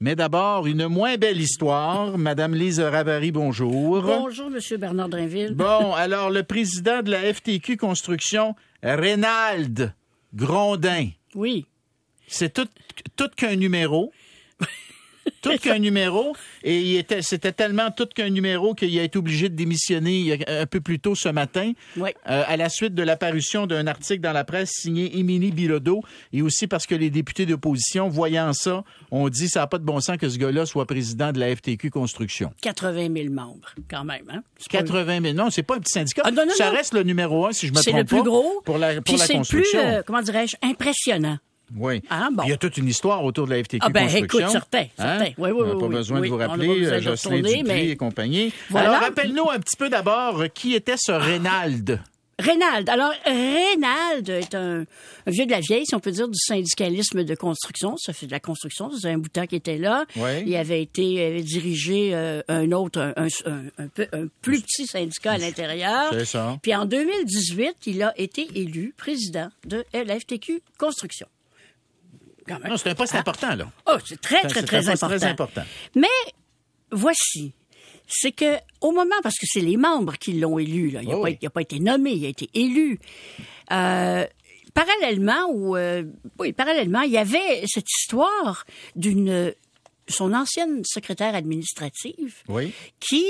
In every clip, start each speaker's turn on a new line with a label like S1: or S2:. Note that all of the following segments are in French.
S1: Mais d'abord, une moins belle histoire. Madame Lise Ravary, bonjour.
S2: Bonjour, Monsieur Bernard Drinville.
S1: Bon, alors, le président de la FTQ Construction, Reynald Grondin.
S2: Oui.
S1: C'est tout, tout qu'un numéro. tout qu'un numéro. Et il était, c'était tellement tout qu'un numéro qu'il a été obligé de démissionner il y a- un peu plus tôt ce matin.
S2: Oui.
S1: Euh, à la suite de l'apparition d'un article dans la presse signé Émilie Bilodeau et aussi parce que les députés d'opposition, voyant ça, ont dit ça n'a pas de bon sens que ce gars-là soit président de la FTQ Construction.
S2: 80 000 membres, quand même. Hein? C'est pas-
S1: 80 000. Non, c'est pas un petit syndicat.
S2: Ah, non, non,
S1: ça
S2: non.
S1: reste le numéro un, si je me trompe
S2: C'est
S1: pas.
S2: le plus gros.
S1: Pour la, pour
S2: Puis
S1: la
S2: c'est le plus,
S1: construction.
S2: euh, comment dirais-je, impressionnant.
S1: Oui.
S2: Ah, bon.
S1: Puis Il y a toute une histoire autour de la FTQ
S2: Ah, ben,
S1: Construction. hein?
S2: écoute, certain, certain. Oui, oui,
S1: On n'a
S2: oui,
S1: pas
S2: oui,
S1: besoin
S2: oui.
S1: de vous
S2: On n'a pas
S1: rappeler
S2: besoin de
S1: euh, Jocelyn
S2: retourner,
S1: Dupuis
S2: mais-
S1: et compagnie.
S2: Voilà.
S1: Alors, rappelle-nous un petit peu d'abord euh, qui était ce Reynald.
S2: Rénald. Alors, Rénald est un, un vieux de la vieille, si on peut dire, du syndicalisme de construction. Ça fait de la construction. C'est un bouton qui était là.
S1: Ouais.
S2: Il avait été il avait dirigé euh, un autre, un, un- un- un peu- un plus petit syndicat à l'intérieur.
S1: C'est ça.
S2: Puis en 2018, il a été élu président de LFTQ Construction. Quand même.
S1: Non, c'est un poste important, là.
S2: Oh, c'est très,
S1: C'est-
S2: très,
S1: c'est
S2: très,
S1: un poste
S2: important.
S1: très important.
S2: Mais voici, c'est que au moment, parce que c'est les membres qui l'ont élu, là, il n'a
S1: Oh
S2: pas,
S1: oui.
S2: il a pas été nommé, il a été élu. Euh, parallèlement, ou euh, oui, parallèlement, il y avait cette histoire d'une son ancienne secrétaire administrative
S1: Oui.
S2: qui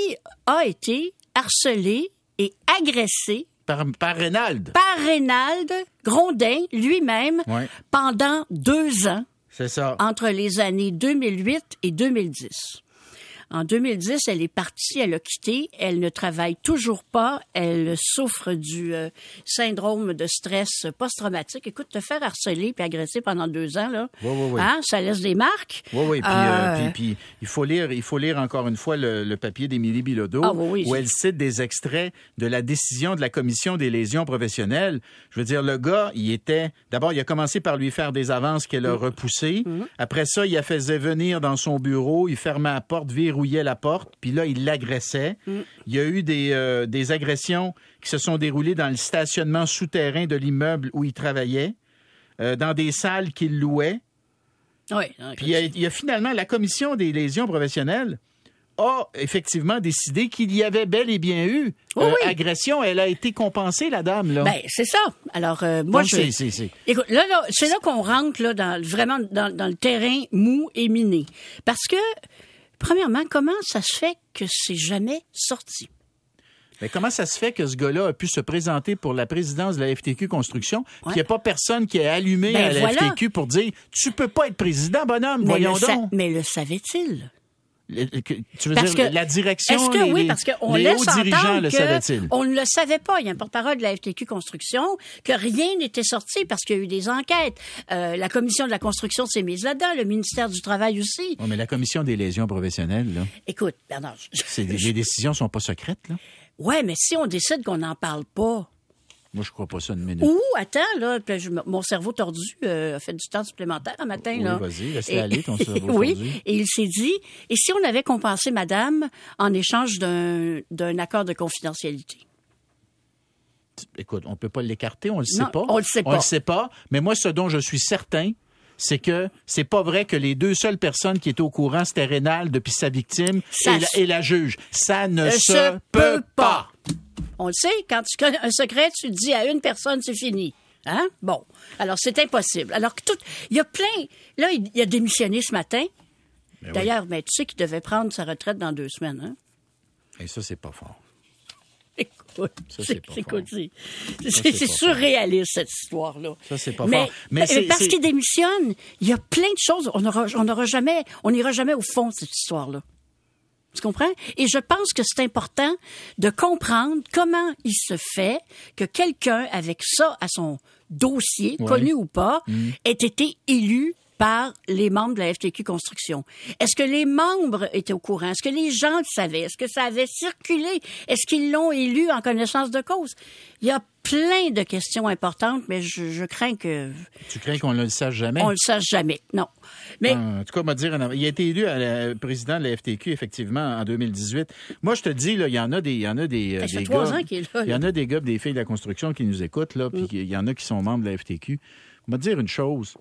S2: a été harcelée et agressée
S1: Par, par Reynald.
S2: par Reynald Grondin lui-même
S1: Ouais.
S2: pendant deux ans
S1: C'est ça.
S2: entre les années 2008 et 2010. En 2010, elle est partie, elle a quitté, elle ne travaille toujours pas, elle souffre du euh, syndrome de stress post-traumatique. Écoute, te faire harceler puis agresser pendant deux ans, là,
S1: Oui, oui, oui.
S2: hein, ça laisse des marques.
S1: Oui, oui. Puis,
S2: Euh,
S1: euh, puis- puis il, faut lire, il faut lire encore une fois le, le papier d'Émilie Bilodeau
S2: Ah, oui, oui,
S1: où
S2: c'est-
S1: elle cite des extraits de la décision de la Commission des lésions professionnelles. Je veux dire, le gars, il était... D'abord, il a commencé par lui faire des avances qu'elle a
S2: Mm.
S1: repoussées. Après ça, il la faisait venir dans son bureau, il fermait la porte, verrouillait la porte, puis là, il l'agressait.
S2: Mm.
S1: Il y a eu des, euh, des agressions qui se sont déroulées dans le stationnement souterrain de l'immeuble où il travaillait, euh, dans des salles qu'il louait.
S2: oui, non, écoute,
S1: Puis il y a- il y, a finalement la commission des lésions professionnelles a effectivement décidé qu'il y avait bel et bien eu euh,
S2: Oui, oui.
S1: agression. Elle a été compensée, la dame. Là.
S2: ben, c'est ça. Alors, euh, moi,
S1: Donc,
S2: je...
S1: c'est- c'est- c'est-
S2: Écoute, là, là, c'est là qu'on rentre là, dans, vraiment dans, dans le terrain mou et miné. Parce que, premièrement, comment ça se fait que c'est jamais sorti?
S1: Mais comment ça se fait que ce gars-là a pu se présenter pour la présidence de la FTQ Construction, puis il n'y a pas personne qui a allumé
S2: Ben,
S1: à la
S2: voilà.
S1: FTQ pour dire Tu peux pas être président, bonhomme,
S2: Mais
S1: voyons
S2: le sa-
S1: donc.
S2: mais le savait-il?
S1: Le- le- que- tu veux
S2: Parce
S1: dire
S2: que-
S1: la direction
S2: Est-ce que
S1: les,
S2: oui,
S1: les-
S2: parce qu'on
S1: les
S2: laisse
S1: hauts dirigeants
S2: entendre
S1: le
S2: que
S1: savaient-ils?
S2: on ne le savait pas. Il y a un porte-parole de la FTQ Construction que rien n'était sorti parce qu'il y a eu des enquêtes. Euh, la commission de la construction s'est mise là-dedans, le ministère du travail aussi.
S1: Ouais, mais la commission des lésions professionnelles, là,
S2: Écoute, Bernard, je-
S1: c'est- les décisions sont pas secrètes. Là.
S2: ouais, mais si on décide qu'on n'en parle pas,
S1: Moi, je crois pas ça une minute.
S2: ou attends là, puis je- mon cerveau tordu euh, a fait du temps supplémentaire un matin
S1: Oui,
S2: là.
S1: vas-y, laisse-le
S2: Et-
S1: aller, ton cerveau tordu.
S2: Oui, et il s'est dit, et si on avait compensé Madame en échange d'un d'un accord de confidentialité.
S1: écoute, on peut pas l'écarter, on le sait
S2: Non,
S1: pas.
S2: on le sait
S1: On
S2: pas.
S1: le sait pas. Mais moi, ce dont je suis certain, c'est que c'est pas vrai que les deux seules personnes qui étaient au courant, c'était Rénal depuis sa victime
S2: Ça
S1: et, la,
S2: se-
S1: et la juge. Ça ne
S2: Euh,
S1: se,
S2: se
S1: peut
S2: peut
S1: pas.
S2: pas. On le sait, quand tu connais un secret, tu le dis à une personne, c'est fini. Hein? Bon. Alors, c'est impossible. Alors que tout. Il y a plein. Là, il il a démissionné ce matin.
S1: Ben
S2: D'ailleurs, mais tu sais qu'il devait prendre sa retraite dans deux semaines, hein?
S1: Et ça, c'est pas fort.
S2: Écoute,
S1: Ça, c'est
S2: c'est
S1: pas
S2: c'est
S1: fort.
S2: cosy. C'est-
S1: c'est
S2: c'est
S1: pas
S2: surréaliste, cette histoire-là.
S1: Ça, c'est pas
S2: mais,
S1: fort. Mais c'est-
S2: mais parce
S1: c'est-
S2: qu'il démissionne, il y a plein de choses. On n'aura on n'aura jamais, on n'ira jamais au fond de cette histoire-là. Tu comprends? Et je pense que c'est important de comprendre comment il se fait que quelqu'un avec ça à son dossier,
S1: Ouais.
S2: connu ou pas, ait été élu par les membres de la FTQ Construction. Est-ce que les membres étaient au courant? Est-ce que les gens le savaient? Est-ce que ça avait circulé? Est-ce qu'ils l'ont élu en connaissance de cause? Il y a plein de questions importantes, mais je, je crains que
S1: Tu crains qu'on ne le sache jamais?
S2: on le sache jamais. Non. Mais
S1: En tout cas, on va dire, en avant. il a été élu à la- président de la FTQ, effectivement, en 2018. Moi, je te dis, là, il y en a des, il y en a des, euh,
S2: Ça fait
S1: des
S2: trois
S1: gars-
S2: ans qu'il est là,
S1: Il y
S2: là. Mm.
S1: en a des gars, des filles de la construction qui nous écoutent, là, puis il y en a qui sont membres de la FTQ. On va te dire une chose.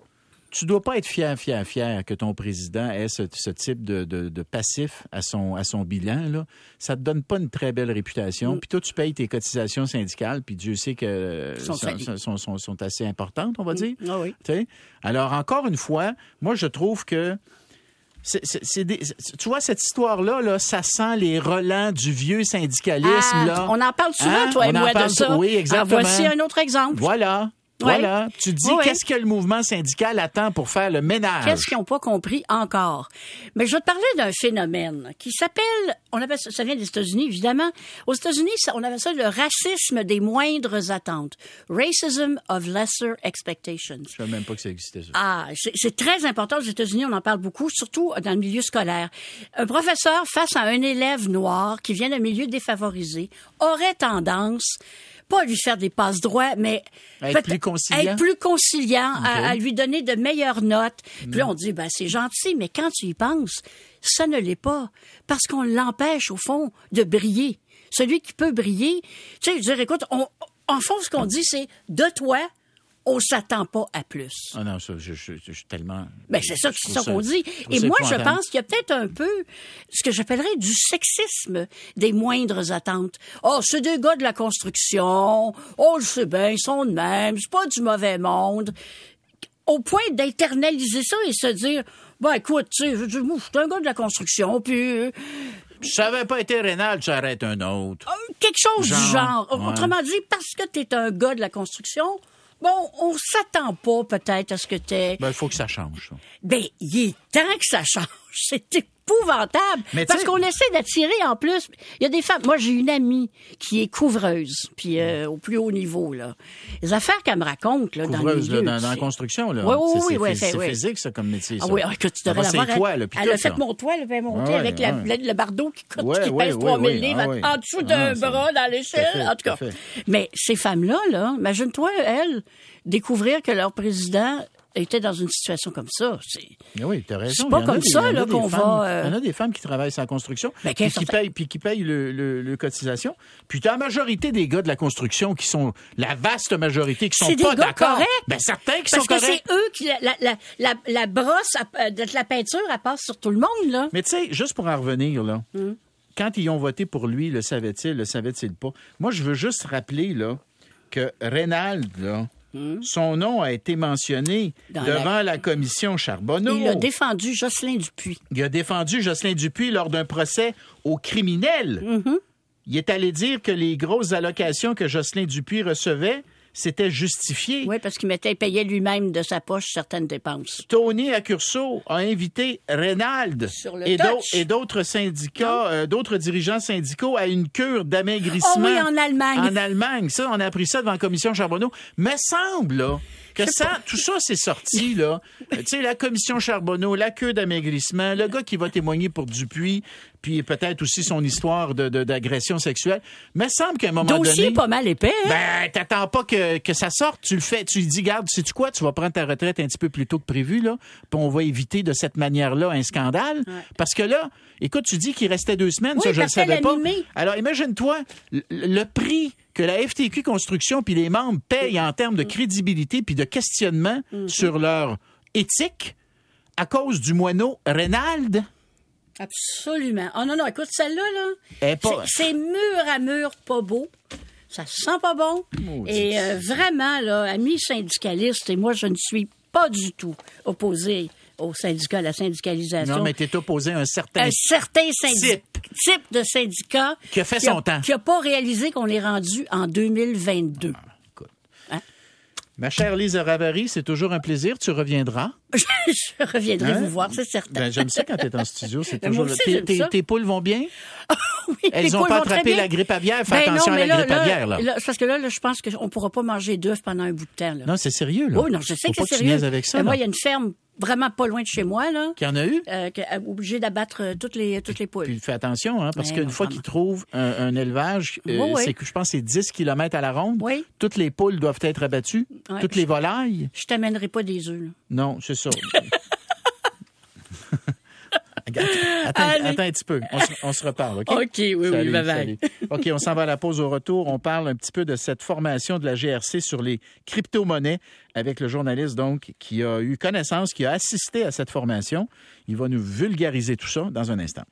S1: tu dois pas être fier, fier, fier que ton président ait ce, ce type de, de, de, passif à son, à son bilan. Là. Ça te donne pas une très belle réputation. Mm. Puis toi, tu payes tes cotisations syndicales, puis Dieu sait que
S2: sont,
S1: sont, sont, sont, assez importantes, on va dire.
S2: Mm. Ah oui.
S1: T'sais? Alors, encore une fois, moi, je trouve que C est, c est, c est des, tu vois, cette histoire-là, là, ça sent les relents du vieux syndicalisme. Ah, là.
S2: On en parle souvent, hein? toi et moi, de ça.
S1: Oui, exactement.
S2: Alors, voici un autre exemple.
S1: Voilà. Ouais. Voilà. Tu dis ouais. qu'est-ce que le mouvement syndical attend pour faire le ménage.
S2: Qu'est-ce qu'ils n'ont pas compris encore? Mais je vais te parler d'un phénomène qui s'appelle, on appelle ça, ça vient des États-Unis, évidemment. Aux États-Unis, on appelle ça le racisme des moindres attentes. Racism of lesser expectations.
S1: Je savais même pas que ça existait, ça.
S2: Ah, c'est très important aux États-Unis, on en parle beaucoup, surtout dans le milieu scolaire. Un professeur face à un élève noir qui vient d'un milieu défavorisé aurait tendance pas lui faire des passes droits, mais
S1: être plus conciliant,
S2: être plus conciliant okay. à, à, lui donner de meilleures notes. Puis mm. là, on dit, ben, c'est gentil, mais quand tu y penses, ça ne l'est pas, parce qu'on l'empêche, au fond, de briller. Celui qui peut briller, tu sais, je veux dire, écoute, on, en fond, ce qu'on dit, c'est de toi, on s'attend pas à plus.
S1: Ah non, ça, je, suis tellement.
S2: Ben, c'est ça, ça qu'on dit. Et moi, je pense qu'il y a peut-être un peu ce que j'appellerais du sexisme des moindres attentes. Oh, c'est des gars de la construction. Oh, je sais bien, ils sont de même. C'est pas du mauvais monde. Au point d'internaliser ça et se dire, ben, écoute, tu sais, je suis un gars de la construction, puis euh,
S1: ça n'avais pas été rénal, j'arrête un autre.
S2: euh, quelque chose genre, du genre. Ouais. Autrement dit, parce que tu es un gars de la construction, Bon, on s'attend pas peut-être à ce que
S1: Ben,
S2: tu
S1: il faut que ça change. Ça.
S2: Ben, il est temps que ça change. C'est épouvantable. Mais parce qu'on essaie d'attirer en plus. Il y a des femmes. Moi, j'ai une amie qui est couvreuse, puis euh, au plus haut niveau là. Les affaires qu'elle me raconte là,
S1: couvreuse,
S2: dans le milieu,
S1: là, dans, dans la construction là.
S2: Oui, oui, oui,
S1: c'est oui. physique ça comme métier. Ça.
S2: Ah oui, que tu devrais l'avoir.
S1: Elle,
S2: elle, elle a fait là. mon toit, elle avait monté ouais, avec ouais. La, le bardeau qui coûte, ouais, Ah, qui pèse 3000 livres en dessous d'un bras dans l'échelle. En tout cas, mais ces femmes là, là, imagine-toi elles découvrir que leur président était dans une situation comme ça.
S1: C'est oui, as raison.
S2: C'est pas comme
S1: des,
S2: ça là qu'on va.
S1: Euh... Il y en a des femmes qui travaillent sans construction, ben, puis, qui payent, puis qui payent le, le, le cotisation. Puis as la majorité des gars de la construction qui sont la vaste majorité qui sont pas d'accord. Ben certains qui
S2: Parce
S1: sont
S2: que
S1: corrects.
S2: c'est eux qui la, la, la, la brosse euh, de la peinture, elle passe sur tout le monde là.
S1: Mais tu sais, juste pour en revenir là. Mm.
S2: Hmm.
S1: Quand ils ont voté pour lui, le savait-il, le savait-il pas? Moi, je veux juste rappeler là, que Reynald, là,
S2: Hmm.
S1: Hum. Son nom a été mentionné Dans devant la... la... commission Charbonneau.
S2: Il a défendu Jocelyn Dupuis.
S1: Il a défendu Jocelyn Dupuis lors d'un procès aux criminels. Mm
S2: Mm-hmm.
S1: -hmm. Il est allé dire que les grosses allocations que Jocelyn Dupuis recevait, c'était justifié.
S2: Oui, parce qu'il mettait, payait lui-même de sa poche certaines dépenses.
S1: Tony Accurso a invité Reynald et d'autres syndicats, euh, d'autres dirigeants syndicaux à une cure d'amaigrissement. Oh
S2: Ah oui, en Allemagne.
S1: En Allemagne, ça, on a appris ça devant la commission Charbonneau. Mais semble, là, que ça, pas. tout ça, c'est sorti, là. Euh, tu sais, la commission Charbonneau, la queue d'amaigrissement, le gars qui va témoigner pour Dupuis, puis peut-être aussi son histoire d'agression de, de sexuelle. Mais semble qu'à un moment
S2: Dossier
S1: donné.
S2: Dossier pas mal épais, hein?
S1: Ben, t'attends pas que, que, ça sorte. Tu le fais, tu lui dis, garde, sais-tu quoi, tu vas prendre ta retraite un petit peu plus tôt que prévu, là. Puis on va éviter de cette manière-là un scandale. Ouais. Parce que là, écoute, tu dis qu'il restait deux semaines,
S2: oui,
S1: ça, je ne savais pas.
S2: Mimée.
S1: Alors, imagine-toi, le, le prix que la FTQ Construction puis les membres payent en termes de crédibilité puis de questionnement mm -hmm. sur leur éthique à cause du moineau Reynald.
S2: Absolument. Oh non, non, écoute, celle-là, là, c'est mur à mur pas beau. Ça sent pas bon. Oh, et euh, vraiment, là, amis syndicalistes, et moi, je ne suis pas du tout opposée au syndicat, à la syndicalisation.
S1: Non, mais t'es opposé à un certain,
S2: un certain syndic... type. type. de syndicat
S1: qui a fait
S2: qui a,
S1: son temps.
S2: Qui n'a pas réalisé qu'on est rendu en 2022. Ah,
S1: écoute. Hein? Ma chère Lise Ravary, c'est toujours un plaisir. Tu reviendras.
S2: je reviendrai hein? vous voir, c'est certain.
S1: Ben, j'aime ça quand tu es en studio. C'est
S2: Ben,
S1: toujours aussi, le... tes, tes, poules vont bien?
S2: oui,
S1: Elles n'ont pas attrapé la grippe aviaire. Fais ben attention non, à la
S2: là,
S1: grippe aviaire. Là.
S2: Là, parce que là, je pense qu'on ne pourra pas manger d'œufs pendant un bout de temps.
S1: Non, c'est sérieux. Là.
S2: Oh, non, je sais
S1: Faut
S2: que c'est
S1: sérieux. Avec ça,
S2: ben, moi, il y a une ferme vraiment pas loin de chez moi là.
S1: Qu'il y en a eu
S2: euh, que, obligé d'abattre euh, toutes les toutes les poules.
S1: Puis fais attention hein,
S2: Ben,
S1: parce qu'une fois qu'ils trouvent un, un élevage euh, oh, oui. c'est que je pense c'est 10 km à la ronde.
S2: Oui.
S1: Toutes les poules doivent être abattues, ouais, toutes les volailles.
S2: Je t'amènerai pas des œufs.
S1: Non, c'est ça. Attends,
S2: Allez.
S1: attends un petit peu. On se, on se reparle, OK?
S2: OK, oui, oui,
S1: Salut,
S2: bye-bye.
S1: salut. OK, on s'en va à la pause au retour. On parle un petit peu de cette formation de la GRC sur les crypto-monnaies avec le journaliste, donc, qui a eu connaissance, qui a assisté à cette formation. Il va nous vulgariser tout ça dans un instant.